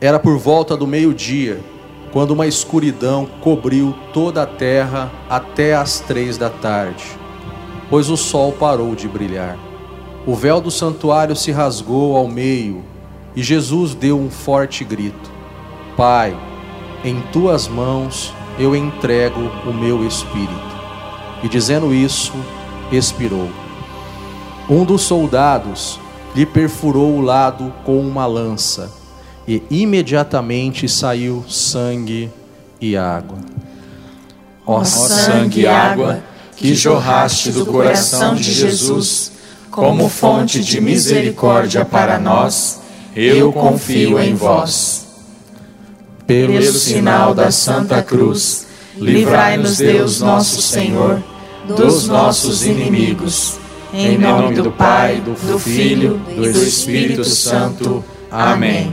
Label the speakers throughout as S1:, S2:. S1: Era por volta do meio-dia, quando uma escuridão cobriu toda a terra até às três da tarde, pois o sol parou de brilhar. O véu do santuário se rasgou ao meio e Jesus deu um forte grito: Pai, em tuas mãos eu entrego o meu espírito. E dizendo isso, expirou. Um dos soldados lhe perfurou o lado com uma lança, e imediatamente saiu sangue e água.
S2: Ó sangue e água, que jorraste do coração de Jesus, como fonte de misericórdia para nós, eu confio em vós. Pelo sinal da Santa Cruz, livrai-nos Deus nosso Senhor dos nossos inimigos. Em nome do Pai, do Filho, do Espírito Santo. Amém.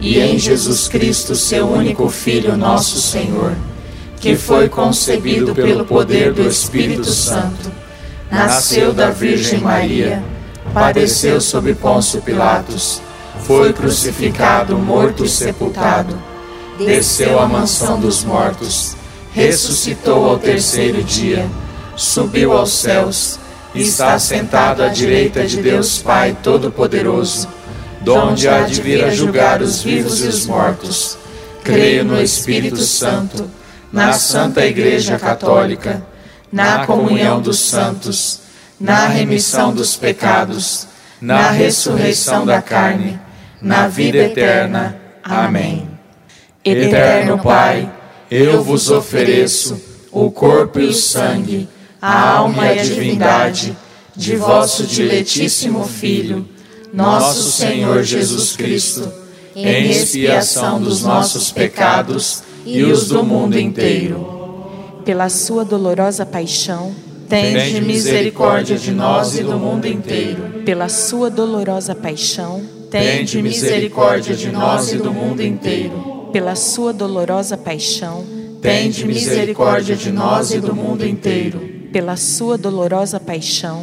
S2: e em Jesus Cristo, seu único Filho, nosso Senhor, que foi concebido pelo poder do Espírito Santo, nasceu da Virgem Maria, padeceu sob Pôncio Pilatos, foi crucificado, morto e sepultado, desceu à mansão dos mortos, ressuscitou ao terceiro dia, subiu aos céus, está sentado à direita de Deus Pai Todo-Poderoso, donde há de vir a julgar os vivos e os mortos. Creio no Espírito Santo, na Santa Igreja Católica, na comunhão dos santos, na remissão dos pecados, na ressurreição da carne, na vida eterna. Amém. Eterno Pai, eu vos ofereço o corpo e o sangue, a alma e a divindade de vosso diletíssimo Filho, nosso Senhor Jesus Cristo, em expiação dos nossos pecados e os do mundo inteiro.
S3: Pela sua dolorosa paixão,
S2: tende misericórdia de nós e do mundo inteiro.
S3: Pela sua dolorosa paixão,
S2: tende misericórdia de nós e do mundo inteiro
S3: pela sua dolorosa paixão,
S2: tende misericórdia de nós e do mundo inteiro.
S3: Pela sua dolorosa paixão,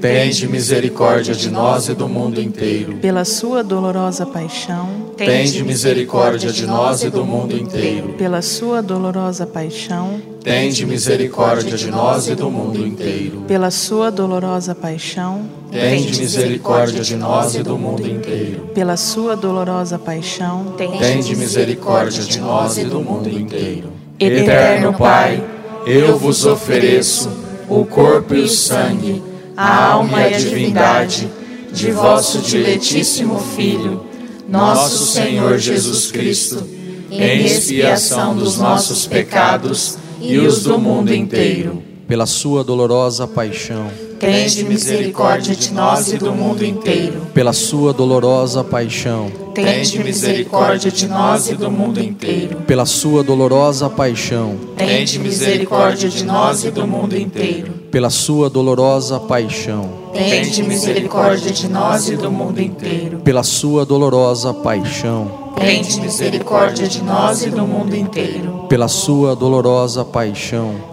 S2: Tende misericórdia de nós e do mundo inteiro.
S4: pela sua dolorosa paixão,
S2: Tende misericórdia de nós e do mundo inteiro.
S4: pela sua dolorosa paixão,
S2: Tende misericórdia de nós e do mundo inteiro.
S4: pela sua dolorosa paixão,
S2: Tende misericórdia de nós e do mundo inteiro.
S4: pela sua dolorosa paixão,
S2: Tende misericórdia de nós e do mundo inteiro.
S3: Eterno
S2: Eterno Pai, eu vos ofereço o corpo e o sangue, a alma e a divindade de vosso diletíssimo Filho, nosso Senhor Jesus Cristo, em expiação dos nossos pecados e os do mundo inteiro.
S1: pela sua dolorosa paixão,
S2: Tende misericórdia de nós e do mundo inteiro.
S1: pela sua dolorosa paixão,
S2: Tende misericórdia de nós e do mundo inteiro.
S1: pela sua dolorosa paixão,
S2: Tende misericórdia de nós e do mundo inteiro.
S1: pela sua dolorosa paixão,
S2: Tende misericórdia de nós e do mundo inteiro.
S1: pela sua dolorosa paixão,
S2: Tende misericórdia de nós e do mundo inteiro.
S1: pela sua dolorosa paixão,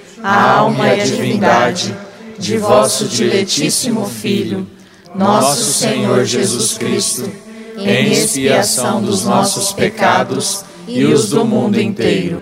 S2: a alma e a divindade de vosso diletíssimo Filho, nosso Senhor Jesus Cristo, em expiação dos nossos pecados e os do mundo inteiro.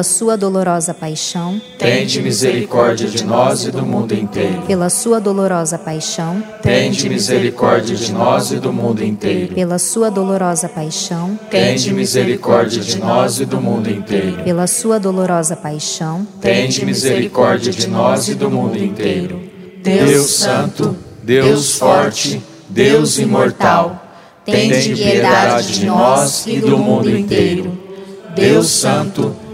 S5: sua dolorosa paixão,
S2: Tende misericórdia de nós e do mundo inteiro.
S5: pela sua dolorosa paixão,
S2: Tende misericórdia de nós e do mundo inteiro.
S5: pela sua dolorosa paixão,
S2: Tende misericórdia de nós e do mundo inteiro.
S5: pela sua dolorosa paixão,
S2: Tende misericórdia de nós e do mundo inteiro. Deus Santo, Deus Forte, Deus Imortal, tende piedade de nós e do mundo inteiro. Deus Santo,